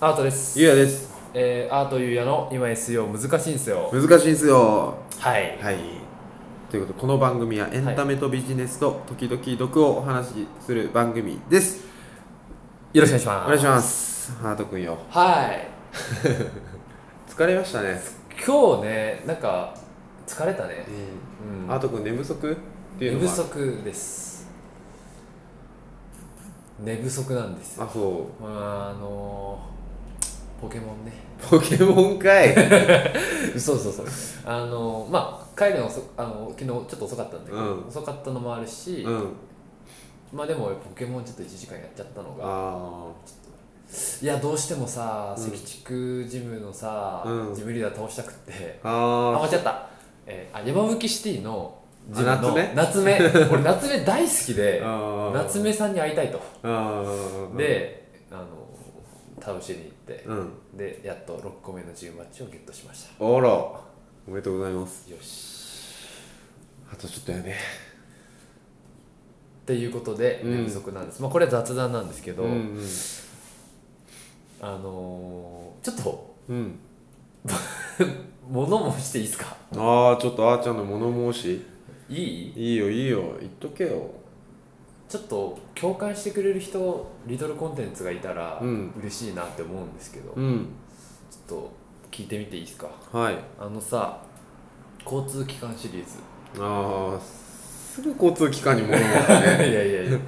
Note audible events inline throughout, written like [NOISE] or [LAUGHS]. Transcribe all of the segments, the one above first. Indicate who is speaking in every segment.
Speaker 1: アートです、
Speaker 2: ゆうやです
Speaker 1: えー、アートゆうやの今 SEO 難しいんすよ
Speaker 2: 難しいんすよ
Speaker 1: はい
Speaker 2: はいということでこの番組はエンタメとビジネスと時々毒をお話しする番組です、
Speaker 1: よろしくお願いします
Speaker 2: お願いしますハートくんよ
Speaker 1: はい
Speaker 2: 疲れましたね、
Speaker 1: 今日ねなんか疲れたねうん
Speaker 2: ハートくん寝不足ってい
Speaker 1: 寝
Speaker 2: う
Speaker 1: 不
Speaker 2: のもある
Speaker 1: 足です寝不足なんですよ
Speaker 2: あそ
Speaker 1: あーあのー、ポケモンね
Speaker 2: うポケモンかい
Speaker 1: そうそうそうあのー、まあ帰るの遅あの昨日ちょっと遅かったんだけど、
Speaker 2: うん
Speaker 1: 遅かったのもあるし、
Speaker 2: うん
Speaker 1: まあでも俺ポケモンちょっと1時間やっちゃったのが
Speaker 2: あ
Speaker 1: いやどうしてもさ
Speaker 2: うん
Speaker 1: 赤竹ジムのさ、
Speaker 2: うん
Speaker 1: ジムリーダー倒したくって
Speaker 2: ー
Speaker 1: あ間
Speaker 2: あ
Speaker 1: 違った、えーあ山吹シティのジム
Speaker 2: あ
Speaker 1: の夏目
Speaker 2: [LAUGHS]
Speaker 1: 俺夏目大好き
Speaker 2: ー
Speaker 1: で
Speaker 2: あー
Speaker 1: 夏目さんに会いたいと
Speaker 2: あー
Speaker 1: であの倒しに行って
Speaker 2: うん
Speaker 1: でやっと6個目の自由マッチをゲットしまし
Speaker 2: あらおめでとうございます
Speaker 1: たよし
Speaker 2: あとちょっとやね
Speaker 1: っていうことで
Speaker 2: うん
Speaker 1: 寝不足なんです、まあこれは雑談なんですけど、
Speaker 2: うん
Speaker 1: あのーちょっと
Speaker 2: うん、うん、
Speaker 1: 物申していいですか
Speaker 2: ああちょっとあーちゃんの物申し
Speaker 1: いい
Speaker 2: いいよいいよ言っとけよ
Speaker 1: ちょっと共感してくれる人リトルコンテンツがいたら
Speaker 2: うん
Speaker 1: 嬉しいなって思うんですけど、ちょっ
Speaker 2: うん
Speaker 1: と聞いてみていいですか
Speaker 2: はい
Speaker 1: あのさ交通機関シリーズ
Speaker 2: ああすぐ交通機関に物申す
Speaker 1: いや [LAUGHS]
Speaker 2: ね
Speaker 1: いやいや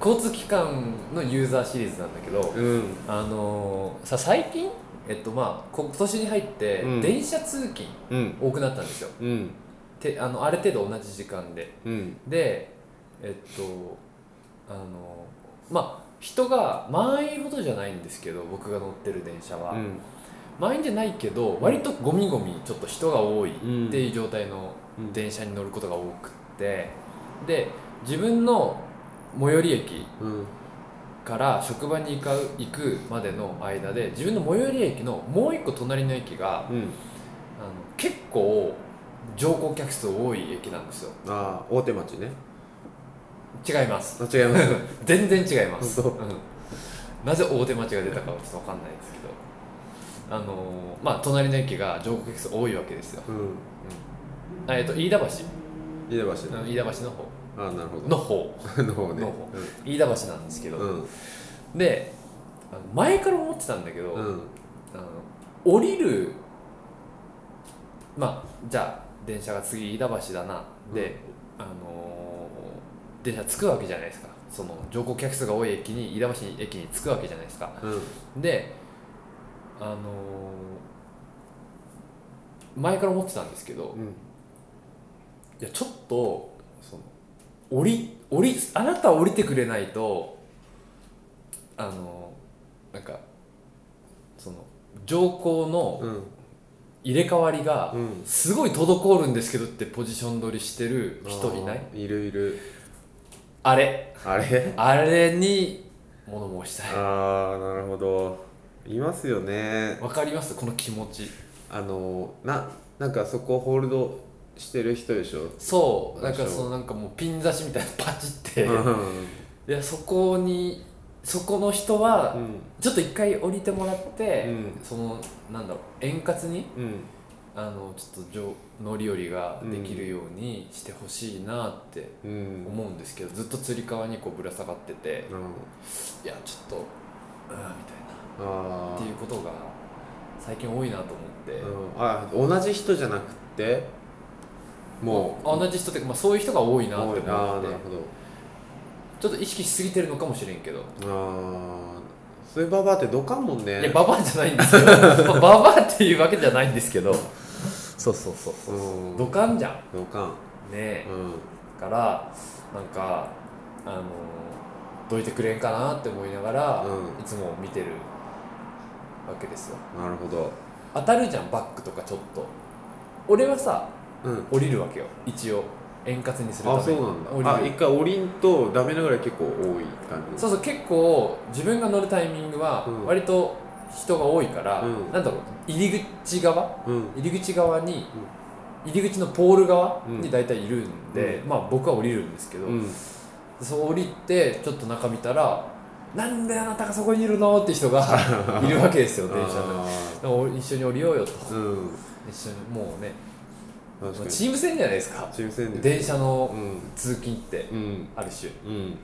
Speaker 1: 交通機関のユーザーシリーズなんだけど
Speaker 2: うん
Speaker 1: あのーさ最近えっとまあこ今年に入って
Speaker 2: うん
Speaker 1: 電車通勤
Speaker 2: うん
Speaker 1: 多くなったんですよ、
Speaker 2: うん
Speaker 1: てあのある程度同じ時間で
Speaker 2: うん
Speaker 1: でえっとあのまあ人が満員ほどじゃないんですけど僕が乗ってる電車は、
Speaker 2: うん
Speaker 1: 満員じゃないけど割とゴミゴミちょっと人が多いっていう状態の
Speaker 2: うん
Speaker 1: 電車に乗ることが多くってで自分の最寄り駅
Speaker 2: うん
Speaker 1: から職場に行か行くまでの間で自分の最寄り駅のもう一個隣の駅があの
Speaker 2: うん
Speaker 1: 結構乗降客数多い駅なんですよ
Speaker 2: ああ大手町ね
Speaker 1: 違います
Speaker 2: あ違います
Speaker 1: 全然違い [LAUGHS] ます、
Speaker 2: そう
Speaker 1: うんなぜ大手町が出たかはちょっと分かんないですけどあのーまあ隣の駅が乗降客数多いわけですよ
Speaker 2: うん
Speaker 1: あえっと飯田橋
Speaker 2: 飯田橋
Speaker 1: あの
Speaker 2: ね
Speaker 1: 飯田橋の方
Speaker 2: ああなるほど [LAUGHS]
Speaker 1: の方
Speaker 2: の方ね
Speaker 1: の方飯田橋なんですけど、
Speaker 2: うん
Speaker 1: であの前から思ってたんだけど、
Speaker 2: うんう
Speaker 1: あ
Speaker 2: ん
Speaker 1: の降りるまあじゃあ電車が次飯田橋だなで、あのー電車着くわけじゃないですかその乗降客数が多い駅に飯田橋駅に着くわけじゃないですか
Speaker 2: うん
Speaker 1: であのー前から思ってたんですけど
Speaker 2: うん
Speaker 1: いやちょっとその降り降りあなたは降りてくれないとあのーなんかその乗降の
Speaker 2: うん
Speaker 1: 入れ替わりが
Speaker 2: うん
Speaker 1: すごい滞るんですけどってポジション取りしてる人いない
Speaker 2: あーいるいる
Speaker 1: あれ
Speaker 2: あれ
Speaker 1: あれに物申したい
Speaker 2: ああなるほどいますよね
Speaker 1: わかりますこの気持ち
Speaker 2: あのななんかそこホールドしてる人でしょ
Speaker 1: そうなんか
Speaker 2: 場所
Speaker 1: そのなんかもうピン刺しみたいなパチって、
Speaker 2: うん
Speaker 1: いやそこにそこの人は、
Speaker 2: うん
Speaker 1: ちょっと一回降りてもらって、
Speaker 2: うん
Speaker 1: そのなんだろう円滑に
Speaker 2: うん
Speaker 1: あのちょっと乗乗り降りができるようにしてほしいなって
Speaker 2: うん
Speaker 1: 思うんですけど、ずっとつり革にこうぶら下がってて、いやちょっとうんみたいな
Speaker 2: ああ
Speaker 1: っていうことが最近多いなと思って、
Speaker 2: うんあ同じ人じゃなくてもう
Speaker 1: あ同じ人っていうか、まあ、そういう人が多いなって思
Speaker 2: 多
Speaker 1: っ
Speaker 2: い
Speaker 1: て
Speaker 2: なあーなるほど
Speaker 1: ちょっと意識しすぎてるのかもしれんけど、
Speaker 2: ああそういうババアってどかんもんね
Speaker 1: いやババアじゃないん
Speaker 2: [LAUGHS]
Speaker 1: ですけどまあババアっていうわけじゃないんですけどそうそうそうそう
Speaker 2: うん
Speaker 1: ドカンじゃん
Speaker 2: どかん
Speaker 1: ねえ
Speaker 2: うん
Speaker 1: だからなんかあのどいてくれんかなって思いながら、
Speaker 2: うん
Speaker 1: いつも見てるわけですよ
Speaker 2: なるほど
Speaker 1: 当たるじゃんバックとかちょっと俺はさ
Speaker 2: うん
Speaker 1: 降りるわけよ一応円滑にするため
Speaker 2: あ
Speaker 1: に
Speaker 2: そうなんだ
Speaker 1: 降
Speaker 2: あ
Speaker 1: り
Speaker 2: 一
Speaker 1: る
Speaker 2: 回降りんとダメなぐらい結構多い感じ
Speaker 1: そうそう結構自分が乗るタイミングは
Speaker 2: うん
Speaker 1: 割と人が多いから、
Speaker 2: うん
Speaker 1: なんだろう入り口側
Speaker 2: うん
Speaker 1: 入り口側に、入り口のポール側
Speaker 2: う
Speaker 1: に
Speaker 2: ん
Speaker 1: 大体いるんで、まあ僕は降りるんですけど、
Speaker 2: うん
Speaker 1: そう降りてちょっと中見たらなんであなたがそこにいるのって人
Speaker 2: [LAUGHS]
Speaker 1: がいるわけですよ電車でだか
Speaker 2: あ
Speaker 1: ら俺一緒に降りようよと
Speaker 2: ーうん
Speaker 1: 一緒にもうね
Speaker 2: 確かに
Speaker 1: チーム戦じゃないですか
Speaker 2: チーム戦
Speaker 1: 電車
Speaker 2: う
Speaker 1: の
Speaker 2: ん
Speaker 1: 通勤って
Speaker 2: うん
Speaker 1: ある種
Speaker 2: うん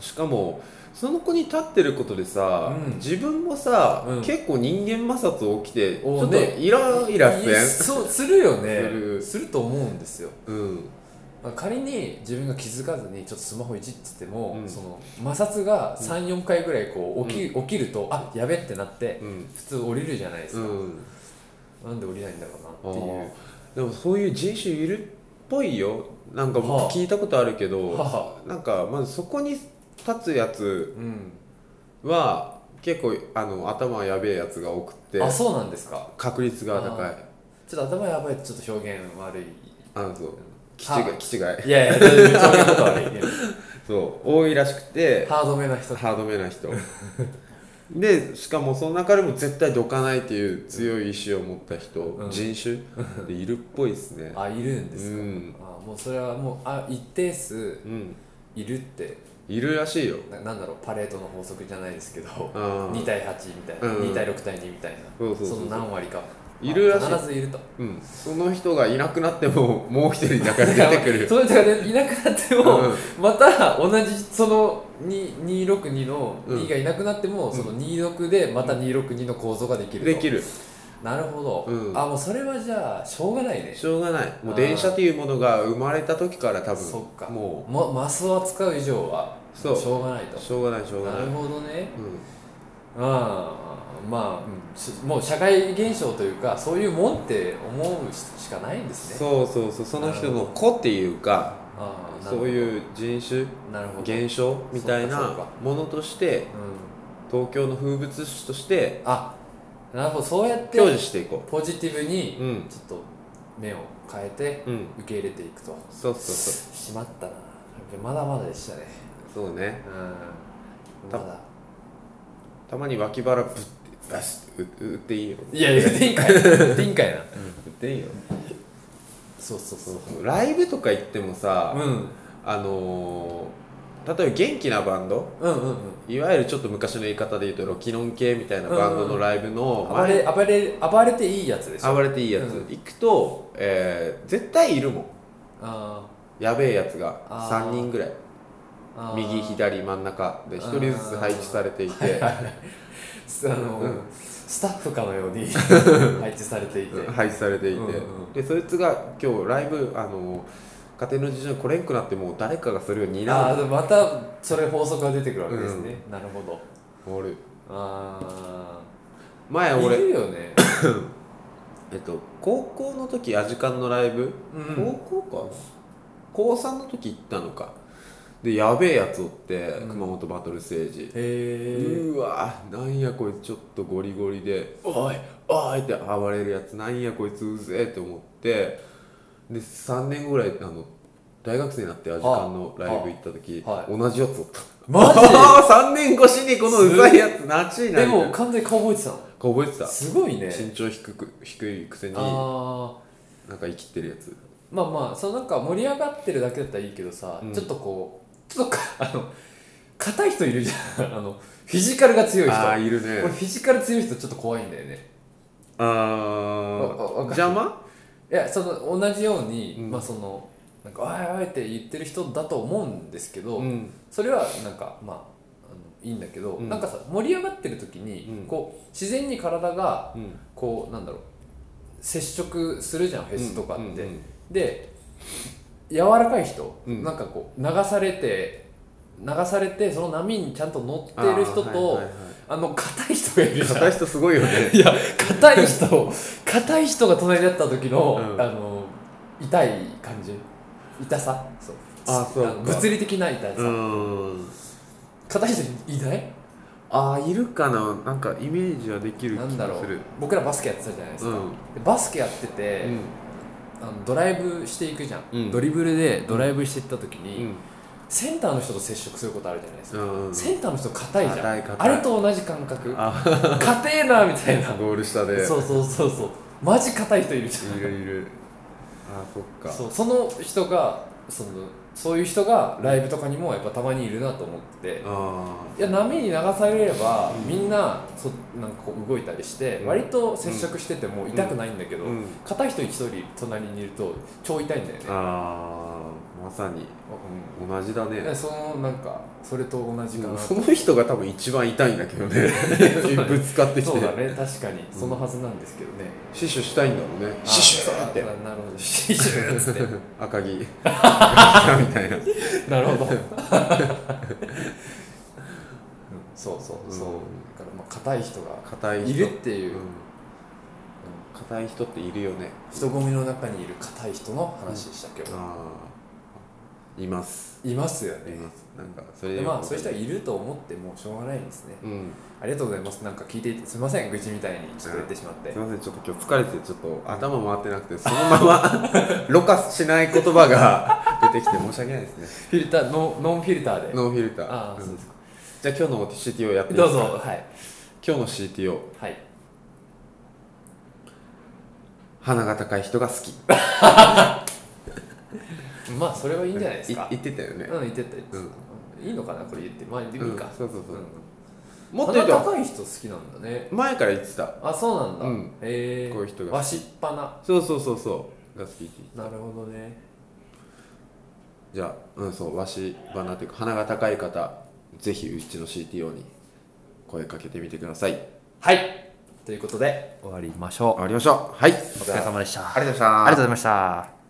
Speaker 2: しかもその子に立ってることでさ、
Speaker 1: うん
Speaker 2: 自分もさ、
Speaker 1: うん
Speaker 2: 結構人間摩擦起きてち
Speaker 1: お
Speaker 2: ょっと
Speaker 1: ね
Speaker 2: イライラ
Speaker 1: い
Speaker 2: せ
Speaker 1: や
Speaker 2: ん、
Speaker 1: そうするよね
Speaker 2: する
Speaker 1: すると思うんですよ
Speaker 2: うん、
Speaker 1: まあ仮に自分が気づかずにちょっとスマホいじってても、
Speaker 2: うん
Speaker 1: その摩擦が34回ぐらいこう起き,、起きるとあやべってなって
Speaker 2: うん
Speaker 1: 普通降りるじゃないです
Speaker 2: う
Speaker 1: か、
Speaker 2: ん
Speaker 1: なんで降りないんだろう
Speaker 2: あ
Speaker 1: なってい
Speaker 2: ー
Speaker 1: う
Speaker 2: でもそういう人種いるっぽいよなんか
Speaker 1: はあ
Speaker 2: 僕聞いたことあるけど、
Speaker 1: はは
Speaker 2: なんかまずそこに立つやつ
Speaker 1: [LAUGHS] うん
Speaker 2: は結構あの頭やべえやつが多くて
Speaker 1: あそうなんですか
Speaker 2: 確率が高い
Speaker 1: ちょっと頭やばいってちょっと表現悪い
Speaker 2: あのそう気
Speaker 1: は
Speaker 2: 違い気違い
Speaker 1: いやいやめっ [LAUGHS] ちゃ表現こと悪いね
Speaker 2: そう多いらしくて
Speaker 1: ハードめな人
Speaker 2: ハードめな人でしかもその中でも絶対どかないっていう強い意志を持った人、
Speaker 1: うん
Speaker 2: 人種でいるっぽいですね
Speaker 1: あいるんですか、
Speaker 2: うん
Speaker 1: あもうそれはもうあ一定数
Speaker 2: うん
Speaker 1: いるって
Speaker 2: いるらしいよ
Speaker 1: ななんだろうパレートの法則じゃないですけど
Speaker 2: あー
Speaker 1: 2対8みたいな、
Speaker 2: うん
Speaker 1: 2対6対2みたいな
Speaker 2: そうそうそう
Speaker 1: の何割か
Speaker 2: いるらしい
Speaker 1: まあ必ずいると
Speaker 2: うん、その人がいなくなっても [LAUGHS] もう一人だから出てく
Speaker 1: [LAUGHS]
Speaker 2: る
Speaker 1: その人がねいなくなっても、
Speaker 2: うん
Speaker 1: また同じその2 262の
Speaker 2: うん
Speaker 1: 2がいなくなっても、その26でまた262の構造ができると
Speaker 2: できる
Speaker 1: なるほど、
Speaker 2: うん
Speaker 1: あもうそれはじゃあしょうがないね
Speaker 2: しょうがないもう電車というものが生まれた時から多分
Speaker 1: そっか
Speaker 2: も
Speaker 1: ま、マスを扱う以上は
Speaker 2: そう
Speaker 1: しょうがないうと
Speaker 2: しょうがないしょうが
Speaker 1: な
Speaker 2: ない
Speaker 1: る
Speaker 2: うん
Speaker 1: ほどねああまあ、うんしもう社会現象というかそういうもんって思うししかないんですね
Speaker 2: そうそうそうその人の子っていうか
Speaker 1: ああ
Speaker 2: そう
Speaker 1: う
Speaker 2: いう人種
Speaker 1: なるほど、うん、
Speaker 2: 現象みたい
Speaker 1: そうかそう
Speaker 2: な
Speaker 1: か
Speaker 2: ものとして東京の風物詩として
Speaker 1: あなるほどそうやって
Speaker 2: 享受していこ
Speaker 1: ポジティブに
Speaker 2: ううん
Speaker 1: ちょっと目を変えて
Speaker 2: うん
Speaker 1: 受け入れていくと
Speaker 2: そうそうそう
Speaker 1: しまったなまだまだでしたね
Speaker 2: そうね
Speaker 1: うん
Speaker 2: た
Speaker 1: まだ
Speaker 2: たまに脇腹ぶってバスって打打っていいよ
Speaker 1: いやいやでいいんかいでいいんかいな
Speaker 2: 打っていいよ
Speaker 1: そうそうそ
Speaker 2: そううそうライブとか行ってもさ、
Speaker 1: うん
Speaker 2: あのー例えば元気なバンド
Speaker 1: うんうん
Speaker 2: いわゆるちょっと昔の言い方で言うとロキノン系みたいなバンドのライブ
Speaker 1: うん
Speaker 2: の
Speaker 1: 暴れ暴れ暴れていいやつでしょ
Speaker 2: 暴れていいやつ、
Speaker 1: うん
Speaker 2: 行くと、えー絶対いるもん
Speaker 1: あ
Speaker 2: やべえやつが
Speaker 1: あー
Speaker 2: 3人ぐらい
Speaker 1: ーあー
Speaker 2: 右左真ん中で1人ずつ配置されて
Speaker 1: [LAUGHS]
Speaker 2: いて
Speaker 1: あの、
Speaker 2: うん
Speaker 1: スタッフかのよう [LAUGHS] に配置されていて、
Speaker 2: 配置されていて、
Speaker 1: うんうん
Speaker 2: でそいつが今日ライブあの家庭の事情に来れんくなってもう誰かがそれを
Speaker 1: あ
Speaker 2: 担
Speaker 1: あでもまたそれ法則が出てくるわけですね、なるほど
Speaker 2: う俺
Speaker 1: あ
Speaker 2: 前
Speaker 1: あ
Speaker 2: 俺
Speaker 1: いるよね
Speaker 2: えっと、高校の時アジカンのライブ、
Speaker 1: うん
Speaker 2: 高校かな高3の時行ったのかでやべえやつおって、
Speaker 1: ん
Speaker 2: 熊本バトルステージ、う
Speaker 1: へえ
Speaker 2: ーわなんやこいつちょっとゴリゴリで「おいおい!」って暴れるやつなんやこいつうぜえって思ってで3年ぐらいあの大学生になってアジカンのライブ行った時、
Speaker 1: は
Speaker 2: 同じやつおった
Speaker 1: マ [LAUGHS]
Speaker 2: [LAUGHS] 3年越しにこのうざいやつなちいな
Speaker 1: で
Speaker 2: みたい
Speaker 1: も
Speaker 2: な
Speaker 1: 完全に顔覚えてた
Speaker 2: 覚えてた
Speaker 1: のすごいね
Speaker 2: 身長低く低いくせに
Speaker 1: ああ
Speaker 2: なんか生きてるやつ
Speaker 1: まあまあそのなんか盛り上がってるだけだったらいいけどさ、
Speaker 2: うん
Speaker 1: ちょっとこうちょっとかあの硬い人いるじゃん [LAUGHS] あのフィジカルが強い人
Speaker 2: ああいる
Speaker 1: 俺 [LAUGHS] フ
Speaker 2: ね
Speaker 1: ィジカル強い人ちょっと怖いんだよね
Speaker 2: あ
Speaker 1: わわ
Speaker 2: ー
Speaker 1: かる
Speaker 2: 邪魔
Speaker 1: いやその同じように、
Speaker 2: うん
Speaker 1: まあそのなんか「あいあい」って言ってる人だと思うんですけど、
Speaker 2: ん
Speaker 1: それはなんかまああのいいんだけど、
Speaker 2: うん
Speaker 1: なんかさ盛り上がってる時に、
Speaker 2: うん
Speaker 1: こう自然に体が
Speaker 2: うん
Speaker 1: こうなんだろう接触するじゃんフェスとかって、
Speaker 2: うん
Speaker 1: で柔らかい人、
Speaker 2: うん
Speaker 1: なんかこう流されて流されてその波にちゃんと乗
Speaker 2: あ
Speaker 1: っ
Speaker 2: ー
Speaker 1: てる人とあ,、
Speaker 2: はいはいはい
Speaker 1: の硬い人がいるじゃん
Speaker 2: 硬い人すごいよね
Speaker 1: [LAUGHS] いや硬い人硬い人が隣だった時の、
Speaker 2: うん
Speaker 1: あの痛い感じ痛さそう
Speaker 2: あそうか
Speaker 1: の物理的な痛さ、
Speaker 2: うん
Speaker 1: 硬い人いない
Speaker 2: ああいるかななんかイメージはできる気
Speaker 1: なんだろ
Speaker 2: が
Speaker 1: う
Speaker 2: する
Speaker 1: 僕らバスケやってたじゃないです
Speaker 2: う
Speaker 1: か、
Speaker 2: ん
Speaker 1: でバスケやってて、
Speaker 2: うん
Speaker 1: あのドライブしていくじゃん、
Speaker 2: うん
Speaker 1: ドリブルでドライブしていった時
Speaker 2: う
Speaker 1: に、
Speaker 2: ん
Speaker 1: センターの人と接触することあるじゃないですか、
Speaker 2: うん
Speaker 1: センターの人硬いじゃん
Speaker 2: 硬い硬い
Speaker 1: あれと同じ感覚
Speaker 2: あ
Speaker 1: 硬えなみたいな
Speaker 2: [LAUGHS] ゴール下で
Speaker 1: そうそうそうそうマジ硬い人いるじゃん
Speaker 2: いるいるあーそっか
Speaker 1: そうその人がそのそういう人がライブとかにもやっぱたまにいるなと思ってて
Speaker 2: あ
Speaker 1: いや波に流されれば
Speaker 2: うん
Speaker 1: みんなそなんかこう動いたりして
Speaker 2: うん
Speaker 1: 割と接触してても痛くないんだけど
Speaker 2: うん
Speaker 1: 片人一人隣にいると超痛いんだよね
Speaker 2: あーまさに同じだ
Speaker 1: うんで
Speaker 2: ね
Speaker 1: そのなんかそれと同じかな
Speaker 2: その人が多分一番痛いんだけどねぶつかってきて
Speaker 1: [LAUGHS] そうだね確かにそのはずなんですけどね
Speaker 2: 死守したいんだろうね
Speaker 1: あ
Speaker 2: 死守って
Speaker 1: あなるほどシシューっつって [LAUGHS]
Speaker 2: 赤木赤木みたいな
Speaker 1: なるほどうんそうそうそう、
Speaker 2: うん
Speaker 1: だからまあ硬い人が
Speaker 2: 硬い人
Speaker 1: いるっていう、
Speaker 2: う
Speaker 1: うん
Speaker 2: ん硬い人っているよね
Speaker 1: 人混みの中にいる硬い人の話でしたけど、
Speaker 2: ああいます
Speaker 1: いますよ
Speaker 2: い
Speaker 1: ね、
Speaker 2: ますなんかそれ
Speaker 1: でまあそういう人
Speaker 2: は
Speaker 1: はいると思ってもうしょうがないですね、
Speaker 2: うん
Speaker 1: ありがとうございますなんか聞いていてすみません愚痴みたいにちょっと言ってしまって、
Speaker 2: すいませんちょっと今日疲れてちょっと頭回ってなくてそのま [LAUGHS] まろ過しない言葉が出てきて申し訳ないですね
Speaker 1: フィルターノノンフィルターで
Speaker 2: [LAUGHS] ノンフィルター
Speaker 1: ああ
Speaker 2: うん
Speaker 1: そうですか
Speaker 2: じゃあ今日の CTO やっていいで
Speaker 1: どう
Speaker 2: すか
Speaker 1: ぞはい
Speaker 2: 今日の CTO
Speaker 1: はい
Speaker 2: 鼻が高い人が好きい
Speaker 1: まあそれはいいんじゃないですか
Speaker 2: 言ってたよね、
Speaker 1: うん言ってった言ってた、
Speaker 2: うん
Speaker 1: いいのかなこれ言ってまあいいか、
Speaker 2: うんそうそうそうもっと
Speaker 1: 鼻
Speaker 2: 言うと
Speaker 1: 高い人好きなんだね
Speaker 2: 前から言ってた
Speaker 1: あそうなんだ、
Speaker 2: うん
Speaker 1: へえ
Speaker 2: こういう人が
Speaker 1: わしっぱな
Speaker 2: そうそうそうそうが好きって言って
Speaker 1: なるほどね
Speaker 2: じゃあうんそうわし花というか鼻が高い方ぜひうちの CTO に声かけてみてください
Speaker 1: はいということで終わりましょう
Speaker 2: 終わりましょうはいお
Speaker 1: お疲れ様でした
Speaker 2: ありがとうございました
Speaker 1: ありがとうございました